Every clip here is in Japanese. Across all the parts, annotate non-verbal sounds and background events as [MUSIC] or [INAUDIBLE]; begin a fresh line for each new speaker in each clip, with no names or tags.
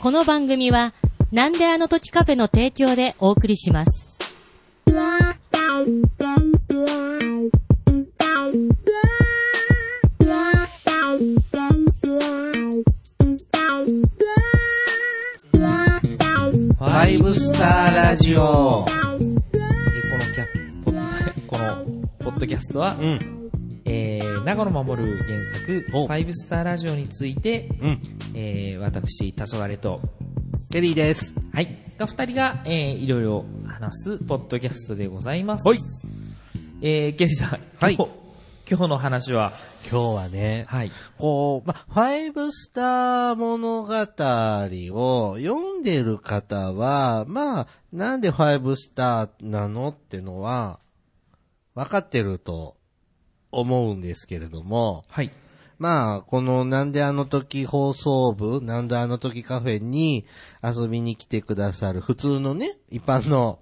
この番組は、なんであの時カフェの提供でお送りします。
フ
ファイブスターラジオ。
このキャポッこの、ポッドキャストは、
うん。
えー、長野守る原作、フ
お
ァイブスターラジオについて、
うん。
えー、私、黄昏と、
ケリーです。
はい、が二人が、えー、いろいろ話すポッドキャストでございます。
はい。
えー、ケリーさん、
はい
今日、今日の話は、
今日はね、
はい。
こう、ま、ファイブスター物語を読んでる方は、まあ、なんでファイブスターなのってのは、わかってると思うんですけれども、
はい。
まあ、このなんであの時放送部、なんであの時カフェに遊びに来てくださる普通のね、一般の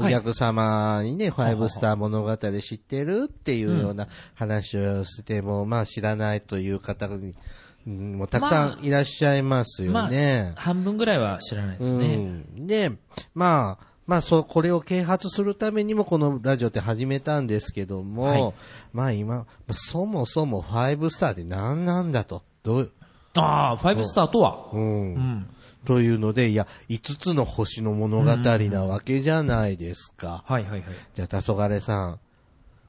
お客様にね、ファイブスター物語知ってるっていうような話をしても、まあ知らないという方に、うんもうたくさ
ま
んいらっしゃいます
ま
よ
あ
ね。
半分ぐらいは知らないですね。
うん。で、まあ、まあそう、これを啓発するためにもこのラジオって始めたんですけども、
はい
まあ今、そもそもファイブスターって何なんだと。どう、
ああ、ファイブスターとは、
うん。
うん。
というので、いや、5つの星の物語なわけじゃないですか。
はいはいはい。
じゃあ、黄昏さん。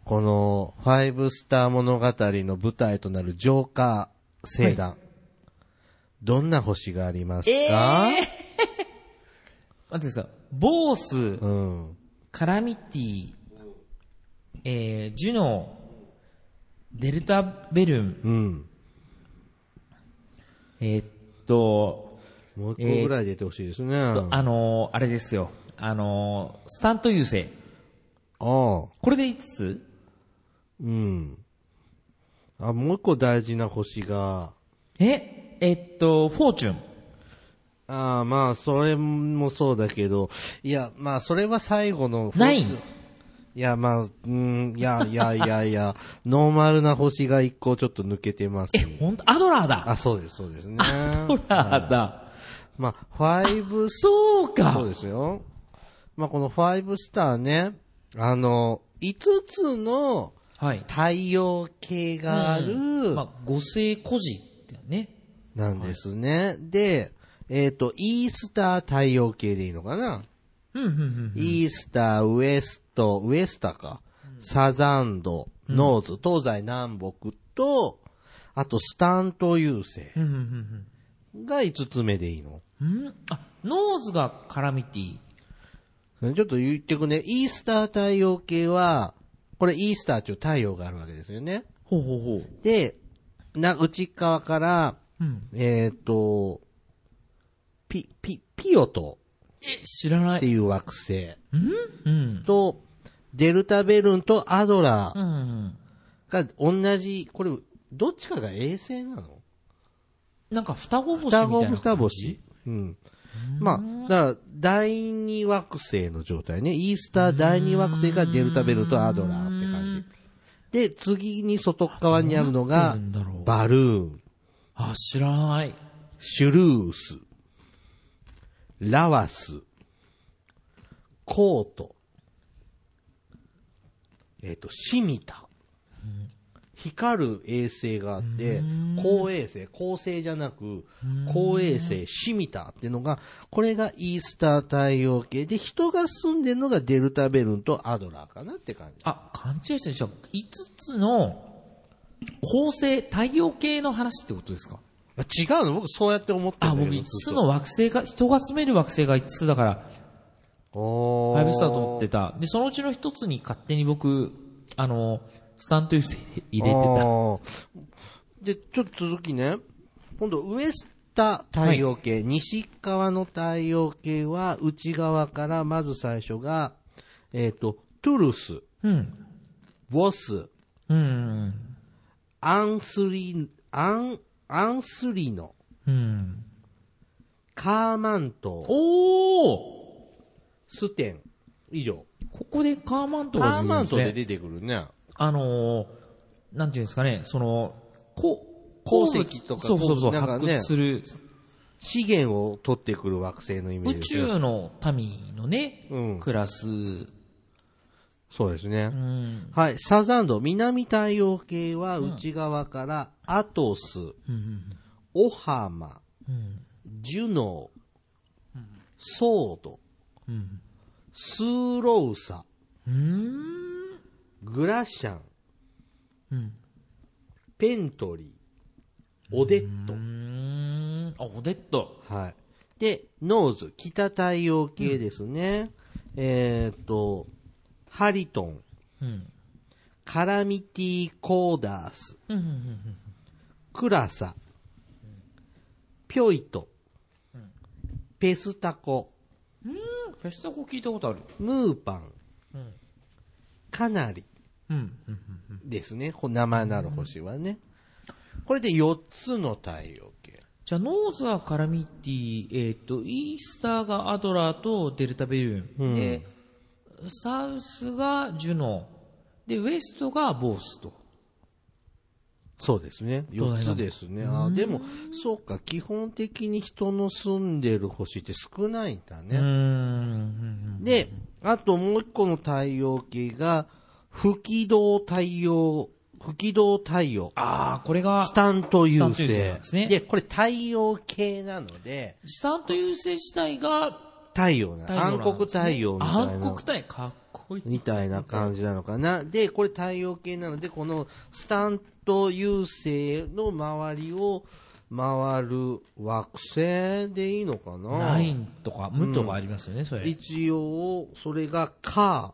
この、ファイブスター物語の舞台となるジョーカー星団。どんな星がありますか、
待ってください。ボース、
うん。
カラミティ、えー、ジュノー、デルタベルン、
うん。
えーっと、
もう一個ぐらい出てほしいですね。
あのー、あれですよ。あのー、スタント優勢。
ああ。
これで5つ
うん。あ、もう一個大事な星が、
ええーっと、フォーチュン。
ああ、まあ、それもそうだけど、いや、まあ、それは最後の。
ナイン。
いや、まあ、うん、いや、いや、いや、いや、ノーマルな星が一個ちょっと抜けてます
え、。ほんと、アドラーだ。
あ、そうです、そうですね。
アドラーだ。
まあ、ファイブス
そう
ター、
か
そう。ですよ。まあ、このファイブスターね、あの、五つの
はい。
太陽系がある、
まあ、五星孤児ってね。
なんですね。で、えっ、と、イースター太陽系でいいのかな、
うん、うん、うん。
イースター、ウエスト、ウエスタか。サザンド、ノーズ、東西南北と、あとスタント優勢
うん、うん、うん
が5つ目でいいの。
うん。うんあ、ノーズがカラミティ。
ちょっと言ってくね。イースター太陽系は、これイースターっていう太陽があるわけですよね。
ほうほうほう。
で、な、内側から、
うん。
えっ、と、ピ、ピ、ピオト
え、知らな
って
い。
いう惑星。
うん。
と、デルタベルンとアドラ
うんうん。
ーが同じ、これ、どっちかが衛星なの
なんか双子星みた
双
いな
子
感じ。
双星うん。まあ、だから、第二惑星の状態ね。イースター第二惑星がデルタベルンとアドラーって感じ。で、次に外側にあるの
どうな
が
ってるんだろ、う
バルーン、
あ、知らない。
シュルース、ラワス、コート、えっ、と、シミタ、光る衛星があって、高衛星、恒星じゃなく、高衛星、シミタってのが、これがイースター太陽系で、人が住んでるのがデルタベルンとアドラーかなって感じ。
あ、勘違いしてるじゃん。5つの、恒星、太陽系の話ってことですか
あ違うの僕そうやって思って
あ、
たんだけ
僕
ど
5つの惑星が、人が住める惑星が5つだから、
お
フ
ー
ァイブスターと思ってた。で、そのうちの1つに勝手に僕、あの、スタント優勢入れてた。
てた。で、ちょっと続きね。今度、ウエスタ太陽系、西側の太陽系は、内側から、まず最初が、えっ、と、トゥルス、
うん。
ボス、
うん。
アンスリ、アン、アンスリノ、
うん。
カーマント、
おー
ステン、以上。
ここでカーマント
カー
が出てくる
マ
ん
ン
です
ト
ね
で出てくるね。
あのー、なんていうんですかね、その、こ
鉱石とか
そうそうそう、
なんか
発
ね
掘する
資源を取ってくる惑星のイメージ
宇
ですね。
宙の民のね、
うん
暮らす、
そうですね。
うん、
はい、サザンド、南太陽系は内側から、アトス、オハマ、ジュノー、ソード、スーロウサ、グラシャン、ペントリー、オデット、
うん、あ、オデット。
はい。で、ノーズ、北太陽系ですね。えーっと、ハリトン、
うん。
カラミティコーダース、クラサ、ピョイト、ペスタコ、
フェスタコ聞いたことある。
ムーパン、カナリ
うん。
ですね。こう名前なる星はね。これで4つの太陽系。
じゃあ、ノーズがカラミティ、えっ、と、イースターがアドラーとデルタベルーン。で、サウスがジュノー。で、ウエストがボースと。
そうですね。
どうだい
4つですね。あーでも、そうか、基本的に人の住んでる星って少ないんだ
うー
ね。
ん。
で、あともう一個の太陽系が、不軌道太陽、不軌道太陽。
ああ、これが
ス、タント優
スタント
勢。
優勢なんですね
で、これ太陽系なので、
スタント優勢自体が
太陽な、
太陽な
暗
んですね、
黒太陽みたいな。
暗黒太陽、かっこいい。
みたいな感じなのかな。で、これ太陽系なので、このスタント優勢の周りを回る惑星でいいのかな
ナインとか、無とかありますよね、それ。
一応、それがカ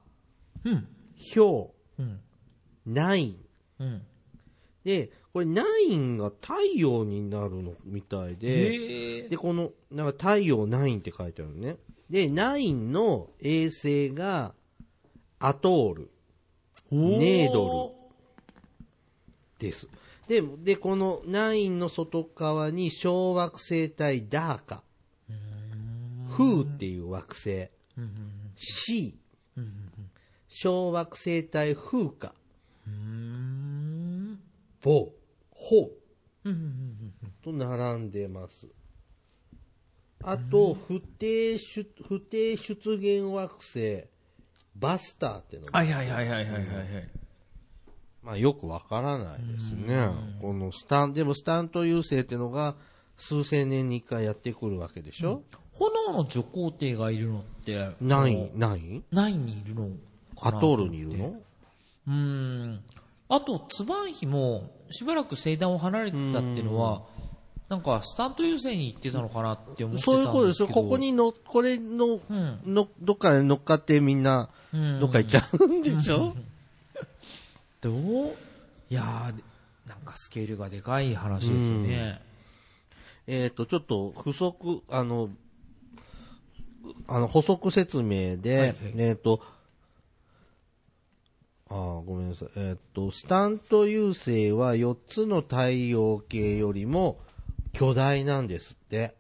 うん。
ー、ヒョウ、
うん。
ナイン。
うん。
で、これナインが太陽になるのみたいで、
え
で、この、なんか太陽ナインって書いてあるのね。で、ナインの衛星が、アトール
ー
ネードです。で、で、このナインの外側に小惑星帯ダーカ、フーっていう惑星、シー、小惑星帯フーカ、ボー、ホー、と並んでます。あと、不定出、不定出現惑星、バスターってのも
はいはいはいはいはいはいはい。
まあよくわからないですね。このスタン、でもスタント優勢ってのが数千年に一回やってくるわけでしょ、
炎の女皇帝がいるのって、
ない、ない
ないにいるのか
ア
な
トールにいるの
うーん。あと、ツバンヒも、しばらく星団を離れてたっていうのは、なんか、スタント優勢に行ってたのかなって思ってた
そ
ん
う
です
い
けど。
うことですよ。ここ、にの、これの、
うん。
の、どっかに乗っかってみんな、
うん
どっか行っちゃうんでしょ、
どういやー、でなんかスケールがでかい話ですね。
えっと、ちょっと、不足、あの、あの、補足説明で、
はいはい
えっと、ああ、ごめんなさい。えっと、スタント優勢は4つの太陽系よりも巨大なんですって。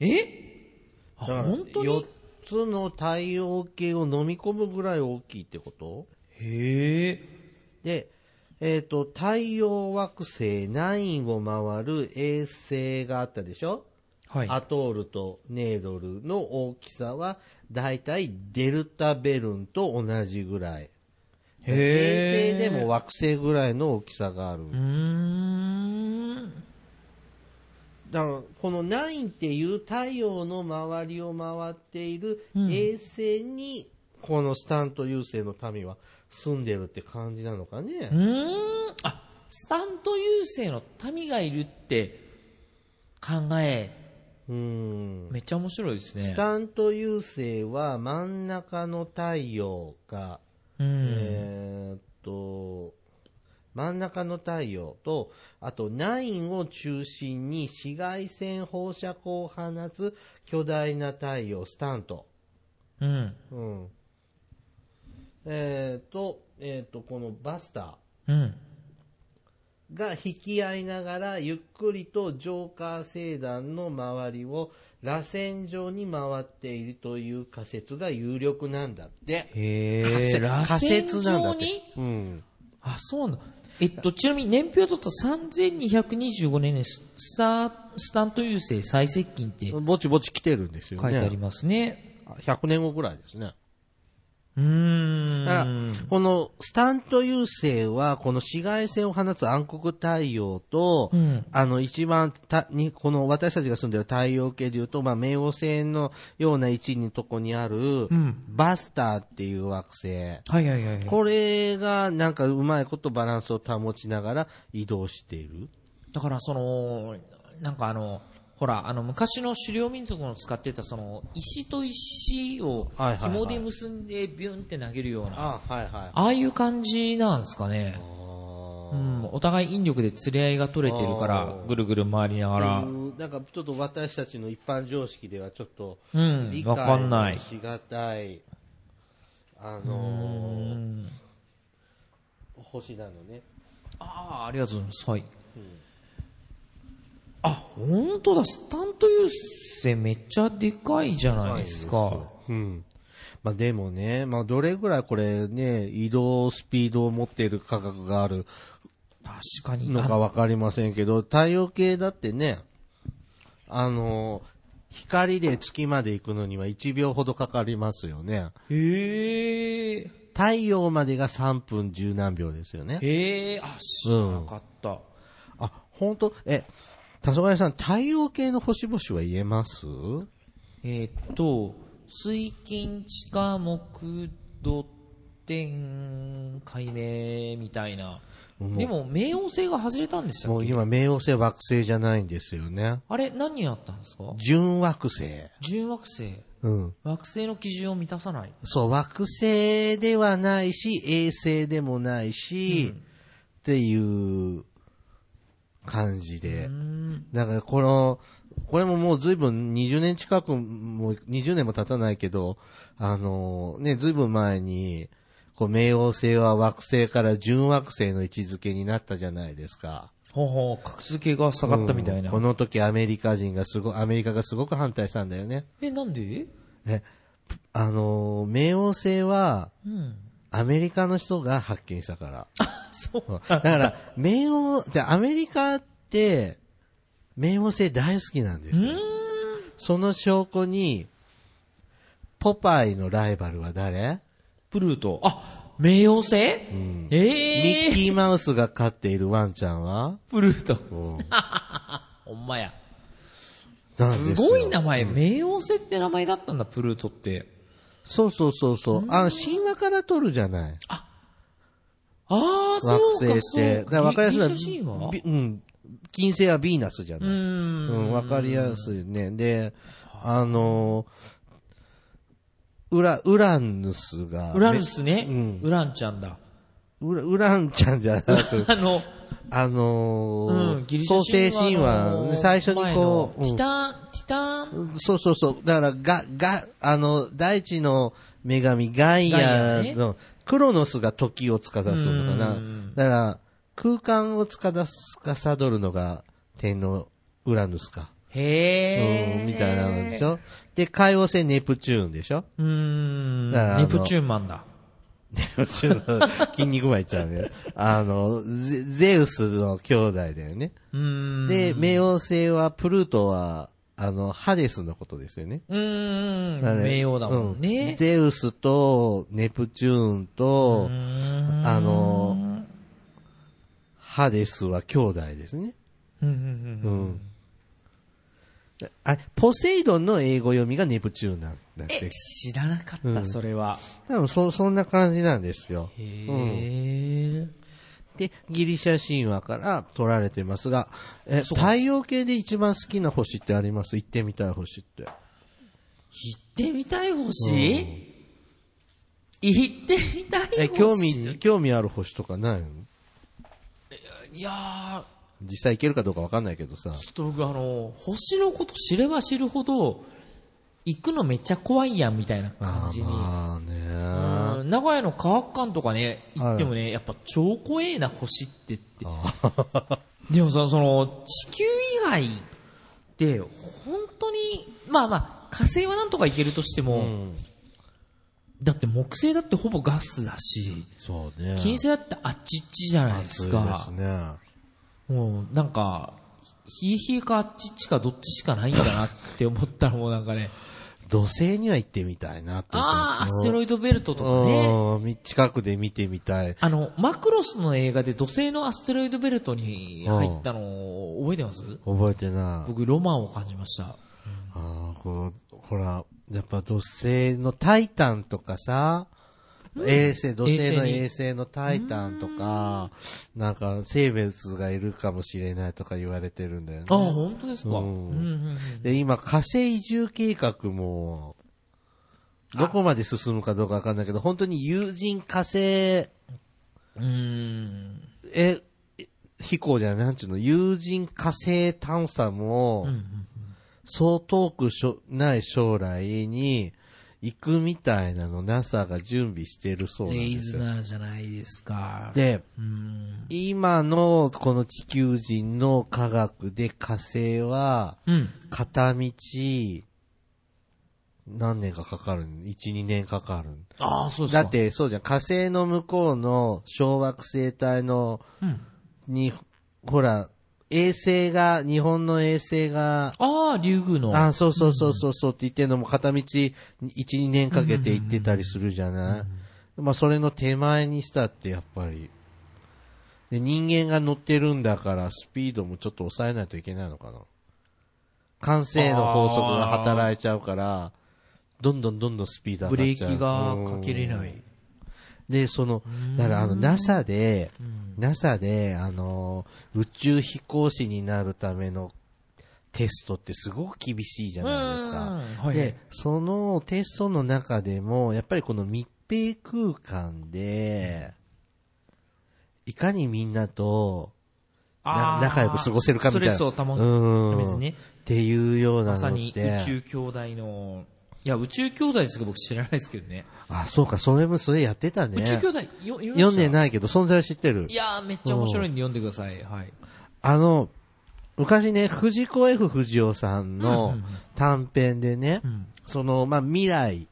え
だ
あ、
から
本当に
?4 つの太陽系を飲み込むぐらい大きいってこと
へえ。
で、えっ、と、太陽惑星9を回る衛星があったでしょ
はい。
アトールとネードルの大きさは、だいたいデルタベルンと同じぐらい。衛
へ
星でも惑星ぐらいの大きさがある。
うーん。
だから、この9っていう太陽の周りを回っている衛星に、このスタント優勢の民は住んでるって感じなのかね
う。ーん。あ、スタント優勢の民がいるって考え、
うん。
めっちゃ面白いですね
ス。タント優勢は真ん中の太陽が、
うん。
えーっと、真ん中の太陽と、あと9を中心に紫外線放射光を放つ巨大な太陽、スタント。
うん。
うん。えーっと、えーっと、このバスタ
うん。
ーが引き合いながら、ゆっくりとジョーカー星団の周りを螺旋状に回っているという仮説が有力なんだって。
へ
仮説
え。
仮説なんだっ
螺旋状
て
に。
うん。
あ、そうな。えっと、ちなみに年表だと3225年にススタスタント優勢最接近って書
ぼちぼち来てるんですよね。
いてありますね。
100年後ぐらいですね。
うー
だから
ん。、
このスタント優勢は、この紫外線を放つ暗黒太陽と、
うん
あの、一番たに、この私たちが住んでる太陽系でいうと、まあ、冥王星のような位置にとこにある、
ん
バスターっていう惑星。
はいはいはいはい。
これが、なんか、うまいことバランスを保ちながら移動している。
だからその、なんかあの、ほら、あの、昔の狩猟民族の使ってた、その、石と石を
はいはいはい
紐で結んでビュンって投げるような、
あはいはい。
ああいう感じなんですかね。うん、お互い引力で釣り合いが取れてるから
あ、ー
ぐるぐる回りながら。
うんなんかちょっと私たちの一般常識ではちょっと
うん
理解
わかんない
しがたい、あのー星なのね。
ああ、ありがとうございます。はい。あ、本当だ。スタント優勢めっちゃでかいじゃないですか。
うん。まあでもね、まあどれぐらいこれね、移動スピードを持っている価格がある
確かに。
のかわかりませんけ
[LAUGHS]
ど、太陽系だってね、あのー光で月まで行くのには1秒ほどかかりますよね。
へえ。
太陽までが3分十何秒ですよね。
へえ。あ、知らなかった。
あ、本当え、黄昏さん、太陽系の星々は言えます
えーっと、水金地下木土天海明みたいな。
ん
でも、冥王星が外れたんでした
もう
っけ
今、冥王星惑星じゃないんですよね。
あれ、何になったんですか
純惑星。
純惑星。
うん。
惑星の基準を満たさない。
そう、惑星ではないし、衛星でもないし、っていう感じで。だからこの、これももう随分20年近くも、20年も経たないけど、あのね、随分前に、こう、冥王星は惑星から純惑星の位置づけになったじゃないですか。
ほうほう、格付けが下がったみたいな。
この時アメリカ人がすご、アメリカがすごく反対したんだよね。
え、なんで
え、あの冥王星は、
うん。
アメリカの人が発見したから。
そう。
だから、冥王、じゃあアメリカって、冥王星大好きなんですよ。その証拠に、ポパイのライバルは誰、
プルート。あ、冥王星
ん
え
ミッ
えー、
キーマウスが飼っているワンちゃんは、
プルート。
うん、
[LAUGHS] ほんまや。
なん
す
ですよ
ごい名前。冥王星って名前だったんだ、プルートって。
そうそうそうそう。あの、神話から取るじゃない。
ああ、そ
惑
うか、
星って。
そう
だから分かりや
ギ
す
ギ
い
リシ
の
ャ神
は、
話
びうん。金星はヴィーナスじゃない。
う。
うんん、わかりやすいね。で、あのー、ウラ、ウラヌスが、
ウラヌスね。
うん
ウランちゃんだ。
めウラ、ウランちゃんじゃなく、
[LAUGHS] あの、
あのー
うん、ギリシ
創世
ャ
神話、
の
最初にこう、う
前のティ
ん
タン、ティタン、
そうそうそう、だから、が、が、あの、大地の女神ガイア
ガイア
の、クロノスが時を司すのかな
う。
だから、空間を司す、司るのが天皇ウラヌスか。
へ
う
え。
んみたいなのでしょで、海王星ネプチューンでしょ
うーん。
だからあの
ネプチューンマンだ。
筋肉マンいっちゃうね。 [LAUGHS] あの、ゼゼウスの兄弟だよね。
うーん。
で、冥王星は、プルートは、あの、ハデスのことですよね。
うーん。
だからね
冥王だもん
う
ね。
ゼウスと、ネプチューンと、あの、ハデスは兄弟ですね。
うんうん
う
うん
ん。あれ、ポセイドンの英語読みがネプチューンなんだっ
え
て。
知らなかった、それは。
多分そ、そんな感じなんですよ。
へえ。
で、ギリシャ神話から取られてますが、え、太陽系で一番好きな星ってあります行ってみたい星って。
行ってみたい星行ってみたい星
え、興味、興味ある星とかないの
いやー、
実際行けるかどうかわかんないけどさ。
ちょっと僕あの、星のこと知れば知るほど、行くのめっちゃ怖いやんみたいな感じに。
あーね
うん名古屋の科学館とかね、行ってもね、やっぱ超怖えな星ってって。でもさ、その、地球以外って、本当に、まあまあ、火星はなんとか行けるとしても、
うん。
だって木星だってほぼガスだし、
[LAUGHS] そうね。
金星だってあっちっちじゃないですか
暑。いですね。
もうなんか、ひいひいかあっちっちかどっちしかないんだなって思ったらもうなんかね、
土星には行ってみたいなって。
ああ、アステロ
イ
イドベルトとかね。
ね。近くで見てみたい。
あの、マクロスの映画で土星のアステロイドベルトに入ったのを覚えてます
覚えてない。
僕ロマンを感じました。
ああ、こう、ほら、やっぱ土星のタイタンとかさ、衛星、土星の
衛星に
衛星のタイタンとか、なんか生物がいるかもしれないとか言われてるんだよね
あ。あ、本当ですか。
う
うんんうんうん
で、今、火星移住計画も、どこまで進むかどうかわかんないけど、本当に有人火星、え、
うーん。
え飛行じゃない、なんちゅうの、有人火星探査も、そう遠くしょない将来に行くみたいなの NASA が準備してるそうなん
レイ
で
ズ
すよ。
ナーじゃないですか。
で、
うん。
今のこの地球人の科学で火星は、
うん。
片道、何年かかかるん ?1、2年かかるん
ああ、そうです
だ
か。
って、そうじゃん。火星の向こうの小惑星帯の、
うん。
に、ほら、衛星が、日本の衛星が、
ああ、竜宮の。
あ、そうそうそうそうそうって言ってんのも片道1、2年かけて行ってたりするじゃない、まあそれの手前にしたってやっぱり。で、人間が乗ってるんだからスピードもちょっと抑えないといけないのかな。慣性の法則が働いちゃうから、どんどんどんどんスピード
ブ
上
レ
が
ー
っちゃう。
キがかけれ
うん
ない。
で、その、だからあの NASA で、NASA で、あの、宇宙飛行士になるためのテストってすごく厳しいじゃないですか。
うんはい
で、そのテストの中でも、やっぱりこの密閉空間で、いかにみんなと、な
あー
仲良く過ごせるかみたいな。
ストレスを保つ
うん
ためですね
っていうようなの
ま
って。
さに宇宙兄弟の、いや、宇宙兄弟ですか僕知らないですけどね。
あ、そうか、それもそれやってたね。
宇宙兄弟、よ
読んで
い
ないけど、存在は知ってる
い。やー、めっちゃ面白いんで読んでください。はい。
あの、昔ね、藤子 F 不二雄さんの短編でね、その、まあ、未来、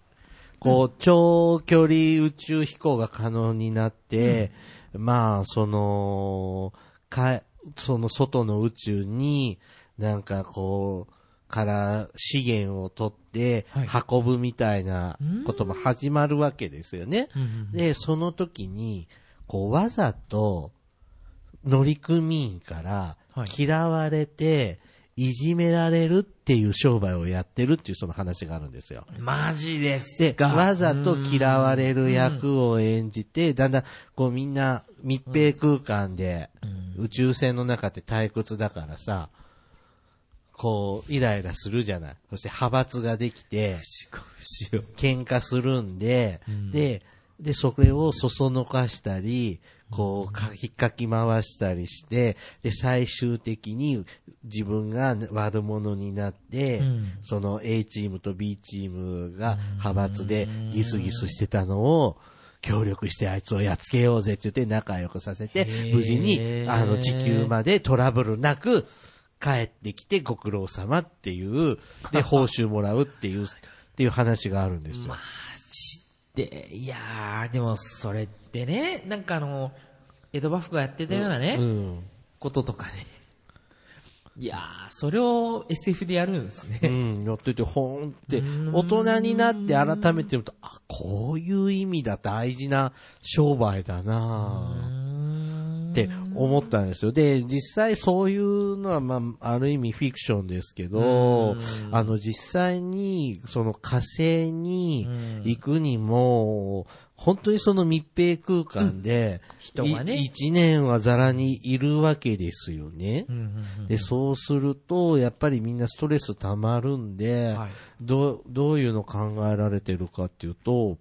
こう、長距離宇宙飛行が可能になって、まあ、その、か、その外の宇宙に、なんかこう、から資源を取って
はい、
運ぶみたいなことも始まるわけですよね。で、その時に、こう、わざと、乗組員から
はい
嫌われて、いじめられるっていう商売をやってるっていうその話があるんですよ。
マジです
で、
か。 [LAUGHS]
わざと嫌われる役を演じて、だんだん、こうみんな密閉空間で、宇宙船の中って退屈だからさ、こう、イライラするじゃない。そして派閥ができて、
しかしよ。
喧嘩するんで、で、で、それをそそのかしたり、こう、かきかき回したりして、で、最終的に自分が悪者になって、
ん
その A チームと B チームが派閥でギスギスしてたのを、協力してあいつをやっつけようぜって言って仲良くさせて、
へー
無事に、あの、地球までトラブルなく、帰ってきてご苦労様っていう、で、報酬もらうっていう、っていう話があるんですよ
マ。ジで、いやー、でもそれってね、なんかあの、江戸幕府がやってたようなね、
うん。
こととかね。いやー、それを SF でやるんです
う
ね。
ん、やってて、ほーんって、大人になって改めて見ると、あ、こういう意味だ、大事な商売だなぁって思ったんですよ。で、実際そういうのは、まあ、ある意味フィクションですけど、あの、実際に、その火星に行くにも、本当にその密閉空間で、
人がね
い一年はザラにいるわけですよね。で、そうすると、やっぱりみんなストレス溜まるんで、
はい
どう、どういうの考えられてるかっていうと、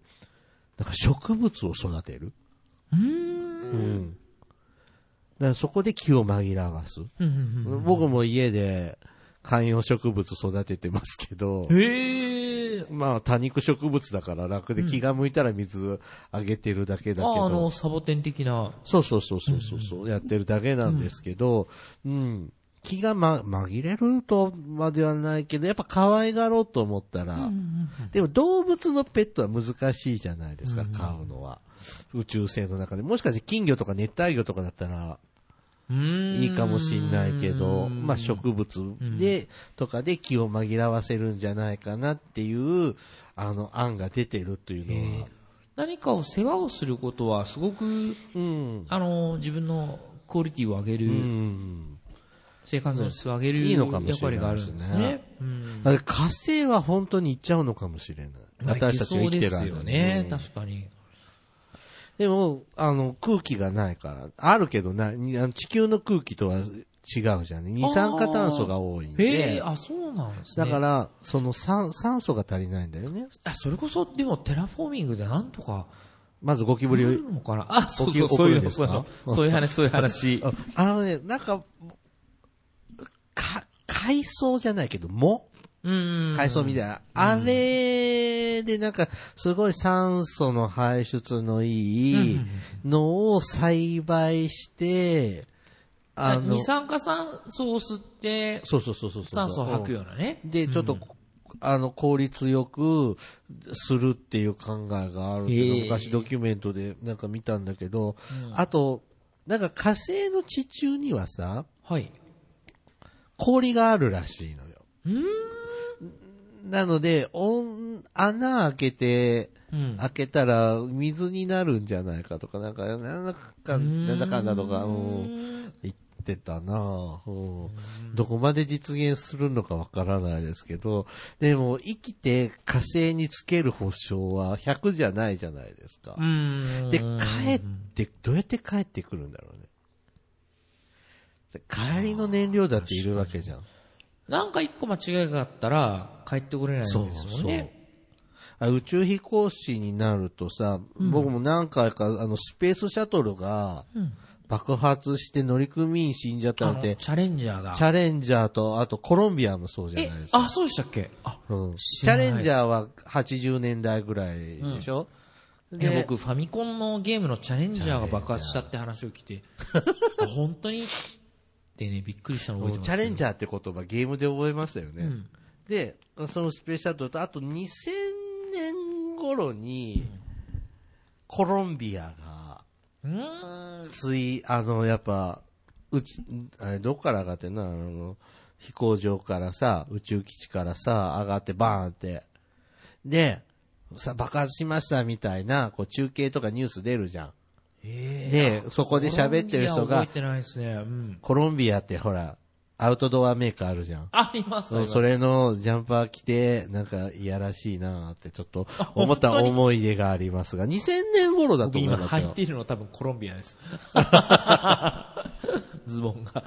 なんか植物を育てる。うん。だからそこで気を紛らわす。僕も家で観葉植物育ててますけど、
へえー。
まあ多肉植物だから楽で気が向いたら水あげてるだけだけど。
ああの、サボテン的な。
そうそうそうそうそうそう、やってるだけなんですけど、うん。気が、ま、紛れるとまではないけど、やっぱ可愛がろうと思ったら、でも動物のペットは難しいじゃないですか、飼うのは。宇宙船の中で。もしかして金魚とか熱帯魚とかだったら、い
い
いかもしんないけど、まあ、植物で、とかで気を紛らわせるんじゃないかなっていう、あの、案が出てるというのは、
何かを世話をすることはすごく、
うん。
あの、自分のクオリティを上げる、
うん。
生活の質を上げる
いいのかもし
役
れ
割が
な
あ
いで
る
す
ん
ね
ですね。うん
だから火星は本当に行っちゃうのかもしれない。私たちが生きてる間
そう
に
ですよね、確かに。
でも、あの、空気がないから、あるけどな、にあの地球の空気とは違うじゃんね。二酸化炭素が多いん
ええ
で、
あ、そうなんですね。
だから、その酸酸素が足りないんだよね。
あ、それこそ、でもテラフォーミングでなんとか、
まずゴキブ
な
リを
るのかなあ、そうそう、
起き
そういう
起きる
の、そうんいうの
ですか
そういう話、そういう話。
ああのね、なんか、か、海藻じゃないけど、藻
うん。
海藻みたいな。あれでなんか、すごい酸素の排出のいいのを栽培して、
あ
あ
の
の
二、酸化酸素を吸って、
そうそうそうそうそう。
酸素を吐くようなね。
で、ちょっと、あの、効率よくするっていう考えがあるっていうのを
へえ
昔ドキュメントでなんか見たんだけど、あと、なんか火星の地中にはさ、
はい。
氷があるらしいのよ。なので、温穴開けて、
うん。
開けたら水になるんじゃないかとか、なんか、なんだかん、なんだかんだとか、うん言ってたなぁうんどこまで実現するのかわからないですけど、でも生きて火星につける保証は100じゃないじゃないですか。
うん。
で、帰って、どうやって帰ってくるんだろうね。帰りの燃料だっているわけじゃん。
なんか一個間違いがあったら、帰ってこれないですもんね。
そうそうあ宇宙飛行士になるとさ、僕も何回か、あの、スペースシャトルが、爆発して乗組員死んじゃった
あ
のっ
の
て、
チャレンジャーが
チ。ャレンジャーと、あとコロンビアもそうじゃ
え
ないです、か。
あ、そうでしたっけあ、
うん
知
チ
ら
ャ
ない
レンジャーは80年代ぐらいでしょ、
いや
で
僕、ファミコンのゲームのチャレンジャーが爆発したって話を聞い [LAUGHS] て、あ本当にってね、びっくりしたの覚えて
チ
ま
ャ
す。
レンジャーって言葉ゲームで覚えましたよね。
ん
で、そのスペースシャトルと、あと2000年頃に、コロンビアが、
うーん。
つい、あの、やっぱ、うち、あれ、どっから上がってんのあの、飛行場からさ、宇宙基地からさ、上がってバーンって。で、さ、爆発しましたみたいな、こう、中継とかニュース出るじゃん。
え
で、そこで喋ってる人
コロンビア覚え
が、
てないですね。うん。
コロンビアってほら、アウトドアメーカーあるじゃん。
あります、あります
それのジャンパー着て、なんか、いやらしいなーってちょっと思っ
あ
た
本当に
思い出がありますが、2000年頃だと思
僕
い
今
ます
履い
よ
て。いるの多分コロンビア
[LAUGHS]
です。ズボンが。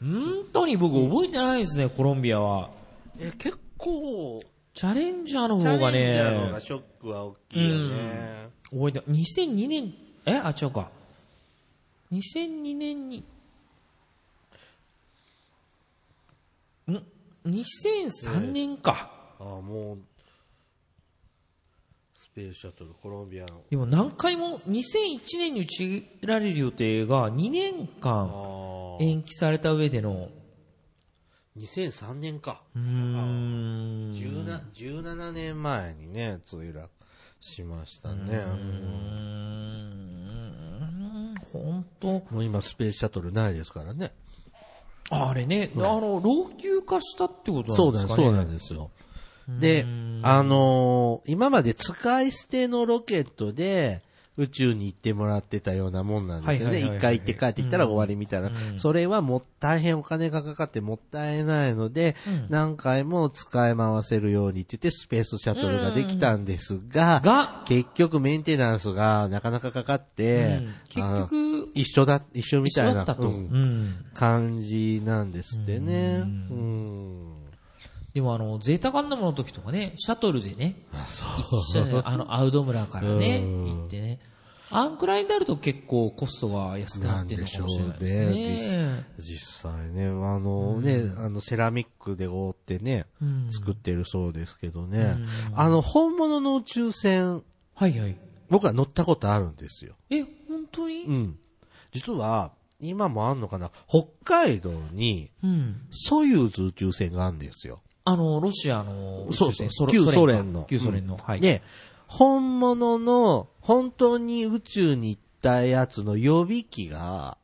本当に僕覚えてないですね、コロンビアは。
え、結構、
チャレンジャーの
チャ
方が
レンジャーの方
ね
が、ショックは大きいよね。
覚えて、2002年、えあ、違うか。2002年に、ん ?2003 年か。
ああ、もう、スペースシャトル、コロンビアの。
でも何回も、2001年に打ち上げられる予定が2年間
ああ、
延期された上での、
2003年か。
うーん。
17, 17年前にね、墜落しましたね。
本当
もう今、スペースシャトルないですからね。
あれね、あの、老朽化したってこと
そう
な
なんん
で
ですす、
かね。
そうなんですよ。で、あのー今まで使い捨てのロケットで、宇宙に行ってもらってたようなもんなんですよ
はいは
ね。
いはいはい
一回行って帰ってきたら終わりみたいな。それはもう大変お金がかかってもったいないので、何回も使い回せるようにって言ってスペースシャトルができたんですが、
が、
結局メンテナンスがなかなかかかって、
結
あの
局、
一緒だ、一緒み
一緒
たい
だ
な
ったと。う
うん
ん。
感じなんですってね。うん
でもあの、ゼータガンダムの時とかね、シャトル
[LAUGHS]
でね、
あそう。
一緒にあの、アウド村からね、
うん
行ってね。あんくらいになると結構コストが安くなってるのかもしれないです
なんでしょう
ね。
[LAUGHS] 実際ね、あのね、あのセラミックで覆ってね、
うん
作ってるそうですけどね、あの本物の宇宙船、
はいはい。
僕は乗ったことあるんですよ。
え、本当に
うん。実は、今もあんのかな北海道に、
うん。
ソユーズ宇宙船があるんですよ。
あの、ロシアの宇
そうそ
宙船、
う
ソロ
旧
か
ソ連の
旧ソ連の。はい。
で、本物の、本当に宇宙に行ったやつの予備機が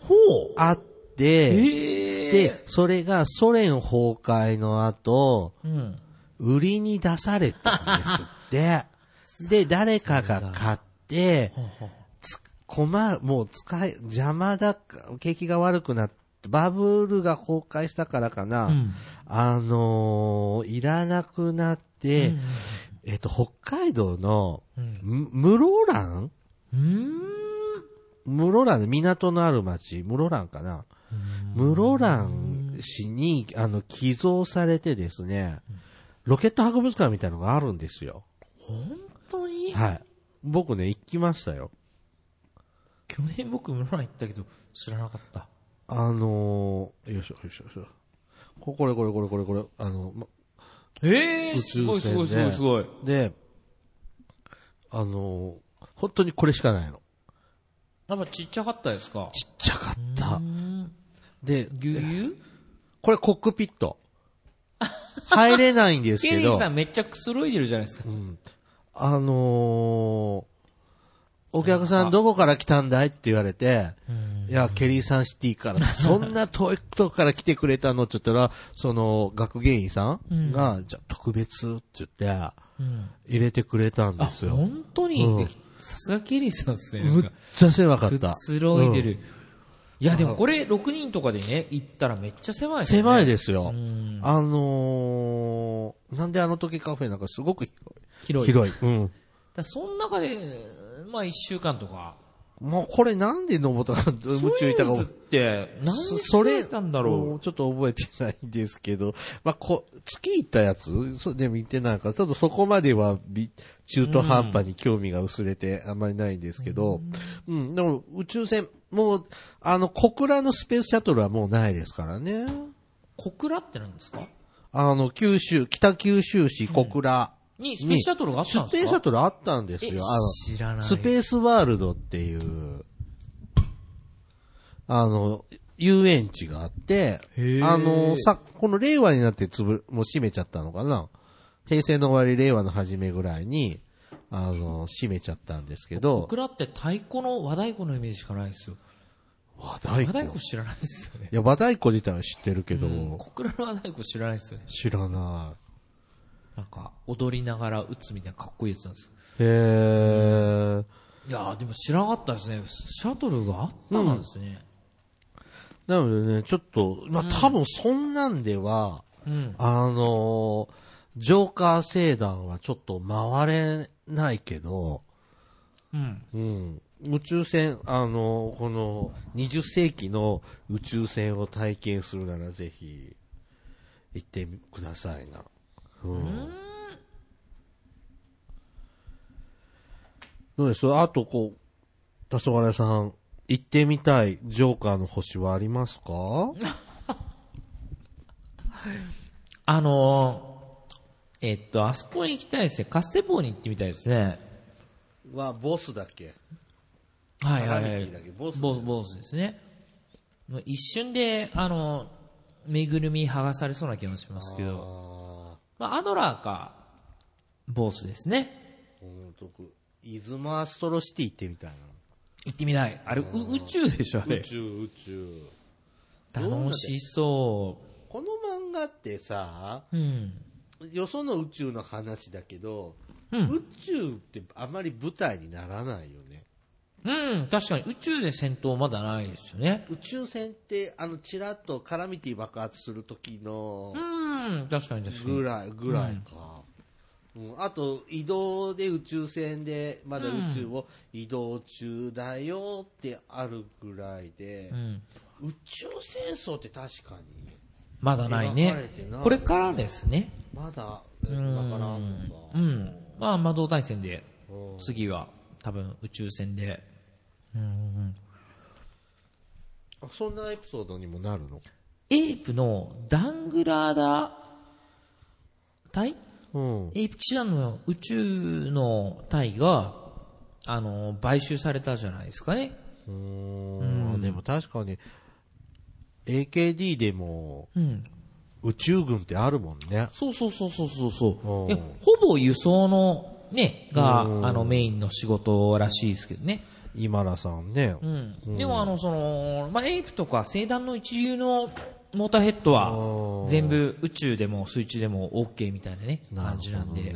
ほう
あって、
え
で、それがソ連崩壊の後、
うん。
売りに出されたんですって。
[LAUGHS]
で、誰かが買って、つ、こま、もう使い、邪魔だか、景気が悪くなって、バブルが崩壊したからかな、
うん。
あのーいらなくなって、
うん
えっと、北海道の、
うん
む室蘭
うん。
室蘭、港のある町、室蘭かな室蘭市に、あの、寄贈されてですね、ロケット博物館みたいなのがあるんですよ。
本当に
はい。僕ね、行きましたよ。
去年僕室蘭行ったけど、知らなかった。
あのー、よいしょ、よいしょ、よいしょ。ここれ、これ、これ、これ、これ、あの、ま
ええ
宇宙
すごいす
船
ご
で
いすごいすごい。
で、あのー、本当にこれしかないの。
なんかちっちゃかったですか
ちっちゃかった
う。ん。
で、
ぎゅうぎゅう
これコックピット。入れないんです
ケ [LAUGHS]
け
リー
ど、
さんめっちゃくつろいでるじゃないですか。
あのー、お客さんどこから来たんだいって言われて、いや、ケリーさんシティ
[LAUGHS]
から、そんな遠いとこから来てくれたのって言ったら、その学芸員さんが、じゃあ特別って言って、
うん。
入れてくれたんで
あ、
すよ。
本当
う
に
ん
さすがケリーさんですね。なん
むっ
か
ちゃ狭かっ
く
た。
つろいで
うん
る。いや、でもこれ6人とかでね、行ったらめっちゃ狭いですね。
狭い
す。
ですよ。
ん
あのー、なんであの時カフェなんかすごく
広い。だか
広い。うん。
らその中で、まあ1週間とか。
もうこれなんで登ったか、夢中いたか
ソユーズって、何
そそ
で作
れ
れたんだろ
もちょっと覚えてないんですけど、まあ、こ、月行ったやつそでも行ってないから、ちょっとそこまではび、中途半端に興味が薄れてあんまりないんですけど、うん、でも宇宙船、もう、あの、小倉のスペースシャトルはもうないですからね。
う。小倉ってなんですか
あの、九州、北九州市小倉
にスペース
に、
シャトルがあっ
ス
たんです
ペ
か
ースシャトルあったんですよ。あ
え
の、
知らない。
スペースワールドっていう、あの、遊園地があって、
へー
あの、さ、この令和になってつぶ、もう閉めちゃったのかな平成の終わり、令和の初めぐらいに、あの、閉めちゃったんですけど、
僕らって太鼓の和太鼓のイメージしかないですよ。
和太
和
鼓。
太
い
鼓知らないですよね。
や、和太鼓自体は知ってるけど、
小倉の和太鼓知らないですよね。
知らな
なんか、踊りながら打つみたいなかっこいいやつなんですよ
い。へー。
いやー、でも知らなかったですね。シャトルがあったんですね。
なのでね、ちょっと、まあ、多分そんなんでは、
うん。
あのージョーカー星団はちょっと回れないけど、
うん。
うん、宇宙船、あのーこの20世紀の宇宙船を体験するならぜひ行ってみくださいな。うん、どうですあとこう、黄昏さん、行ってみたいジョーカーの星はあります [LAUGHS] か
あのー、えっと、あそこに行きたいですね。カステポーに行ってみたいですね。
は、ボスだっけ
はいはいは
ラミ
い
キーだけ。ボス
ボス、ボスですね。一瞬で、あの、めぐるみ剥がされそうな気がしますけど。
あ
まあ、アドラーか、ボースですね。
ー、うんとく、出雲アストロシティ行ってみたいな。
行ってみない。あれ、う宇宙でしょ、あ
宇
れ。
宙宇宙
楽しそ
この漫画ってさ
う。うん。
よその宇宙の話だけど、
うん
宇宙ってあまり舞台にならないよね
うん、確かに宇宙で戦闘まだないですよね。
宇宙船ってあのちらっとカラミティ爆発する時の
うん、確かに確か
ぐ
に。
らいぐらいか、うんあと移動で宇宙船でまだ宇宙を移動中だよってあるぐらいで
う、ん。
宇宙戦争って確かに
まだない
描かれ
ね
てない。
これからですね。
まだえわからんのか、
うん。まあ、魔導大戦で、
うん
次は、多分宇宙戦で。
あそんなエピソードにもなるの
エイプのダングラーダ隊
うん。
エイプ騎士団の宇宙の隊が、あの、買収されたじゃないですかね。
うーん。でも確かに、AKD でも、
うん。
宇宙軍ってあるもんね。
そうそうそうそうそうそ
お
う。
ー
えほぼ輸送の、ね、が、あ
うん
の、メインの仕事らしいですけどね。
今田さんね。
うん。でも、あの、その、まあ、エイプとか、星団の一流のモーターヘッドは
お、ー
全部宇宙でも水中でも OK みたいなね、感じなんで。
ね。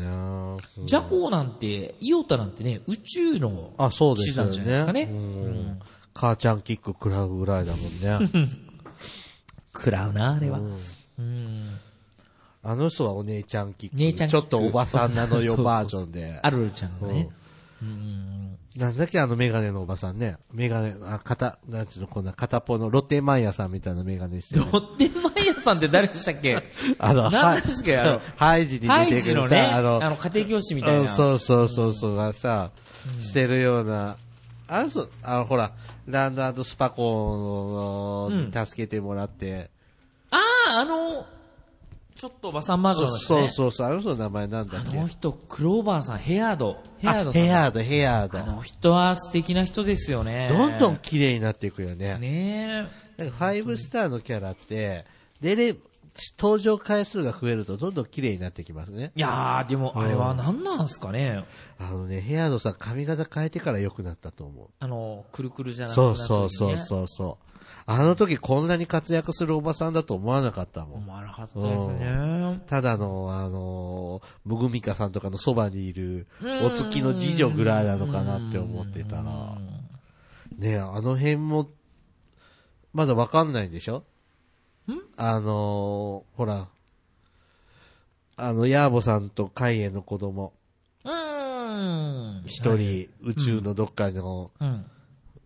ジャコーなんて、イオタなんてね、宇宙の
あ、そうで
地図
す
な
よ
んじゃないですかね
ね。。うん母ちゃんキック食らうぐらいだもん
[LAUGHS]
ね。
食らうな、あれは。うん。
あの人はお姉ちゃんキック。
姉ちゃんキ
ち
ッ
ょ
ク
っとおばさんなのよ
[LAUGHS] そうそうそう
バージョンで。
アルルちゃんがね。
なんだっけあのメガネのおばさんね。メガネ、あ、片、なんちゅうの、こんな片っぽのロッテマイヤさんみたいなメガネして
ロ
る。
ッテマイヤさんって誰でしたっけ
[LAUGHS] あの、
何でしたっ
[LAUGHS]
けあの
ハイジに
ハ
出
イ
てく
ジ
る
の
さ、
ね、
あ
あ
の
の、、家庭教師みた
う
い
ん、
な。
そうそうそうそうがさ、してるような、あの人、あの、ほら、ランドスパコの、に助けてもらって、
ああ、あの、ちょっとおばさんマージョンの人
そう
ね。
そうそう、あの人の名前なんだっ
あ
け
の人、クローバーさん、ヘアード。ヘアード
あ
さん。
ヘアード、ヘアー
あ
ド。
の人は素敵な人ですよね。
どんどん。綺麗になっていくよね。
ね
なんかファイブスターのキャラって、出れ、登場回数が増えるとどんどん綺麗になってきますね。
え。いやー、でもあれは何なんすかね。
あのね、ヘアードさん髪型変えてから良くなったと思う。
あの、くるくるじゃなく
そ
なっ
う
てね
そうそうそうそう。あの時こんなに活躍するおばさんだと思わなかったもん。
思わなかったですね。
ただの、あのー、むぐみかさんとかのそばにいる、お月の次女ぐらいなのかなって思ってたら、ねえあの辺も、まだわかんないんでしょあのー、ほら、あの、ヤーボさんとカイエの子供、
うーん。
一人、宇宙のどっかの、
うん。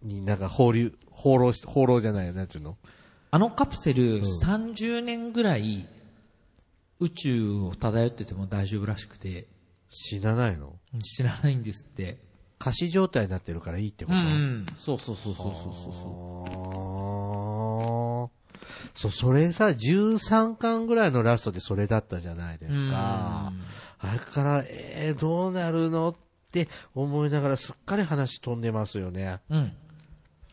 になんか放流、放浪し、放浪じゃないよ、なんていうの
あのカプセル、30年ぐらい、宇宙を漂ってても大丈夫らしくて、
死なないの
知らないんですって。
仮死状態になってるからいいってこ
う
と、
ん。そうそうそうそうそうそうそう。
そう、それさ、13巻ぐらいのラストでそれだったじゃないですか。あれから、えー、どうなるのって思いながらすっかり話飛んでますよね。
うん。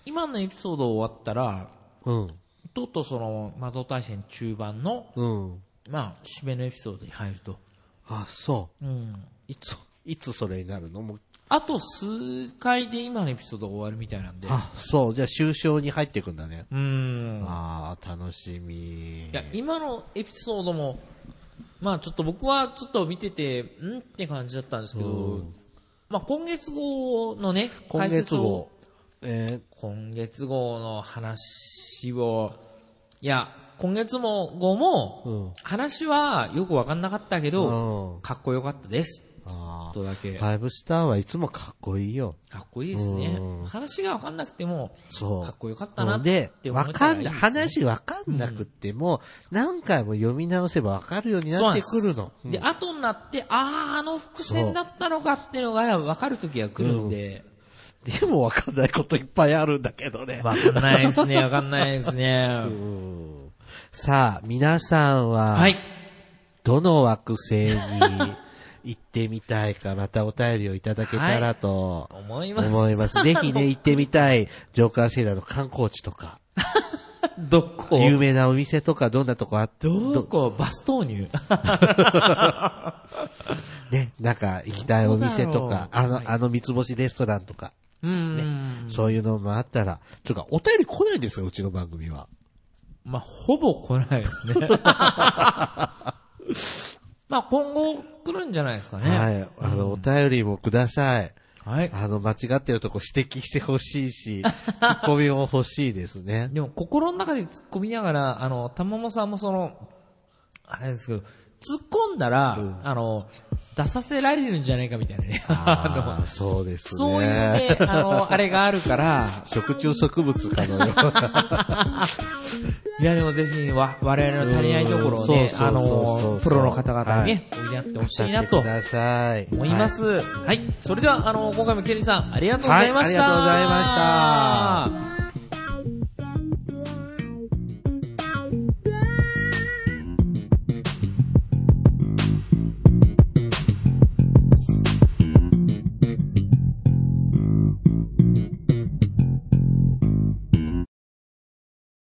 今のエピソード終わったら、
うん。
とうとうその、魔導大戦中盤の、
うん。
まあ、締めのエピソードに入ると。
あ、そう。
うん。
いつ、いつそれになるのもう
あと数回で今のエピソードが終わるみたいなんで。
あ、そう。じゃあ、終章に入っていくんだね。
うん。
ああ、楽しみ。
いや、今のエピソードも、まあちょっと僕はちょっと見てて、んって感じだったんですけど、まあ今月号のね、
今
解
月
説を
号。え
今月号の話を、いや、今月も号も、
ー、
話はよくわかんなかったけ
う
ど、
ん。うん。
かっこよかったです。
あ
とだ
あ。
け。
フ
か
ァイブスターはいつもかっこいいよ。
っこいいですね
うん。
話がわかんなくても、
そう。
かっこよかったなって
で
思
わ
えた
から
い
ん
い
な、
ですね
話わかんなくても、何回も読み直せばわかるようになってくるの。
で、後になって、あー、あの伏線だったのかっていうのが分かる時が来るんで、
でもわかんないこといっぱいあるんだけどね。
わかんないですね、わかんないですね。
うんさあ、皆さんは
は、い。
どの惑星に行ってみたいか、またお便りをいただけたらと
思います。
思い
[LAUGHS]
ます。ぜひね、行ってみたい、ジョーカーシェーダーの観光地とか、
どこ
有名なお店とか、どんなとこあって、
どこバス投入
ね、なんか行きたいお店
ど
と
うだろ
か、
う
あ
はい
の、あの三つ星レストランとか、
うん。
そういうのもあったら、ちょっとお便り来ないんですよ、うちの番組は。
まあ、ほぼ来ないですね。 [LAUGHS] まあ、今後来るんじゃないですかね。
は
はい。
い。あの、お便りもください。あの、間違ってるとこ指摘してほしい
[LAUGHS]
し、ツッコミも欲しいですね。
でも、心の中で突っ込みながら、あの、たまもさんもその、あれですけど、突っ込んだら、あの、出させられるんじゃないかみたいなね。あ
あ
の
あ、そうですね。
そういうね、あの、あれがあるから、
食虫植物かのような。
いやでもぜひわ、我々の足りないところをね、
うん
あ
そうそうそうそ
の
う
プロの方々にね、補ってほしいな
や [LAUGHS]
と
ってください。
思います。はい。それでは、あの、今回もケリーさん、ありがとうございました。。
はいありがとうございました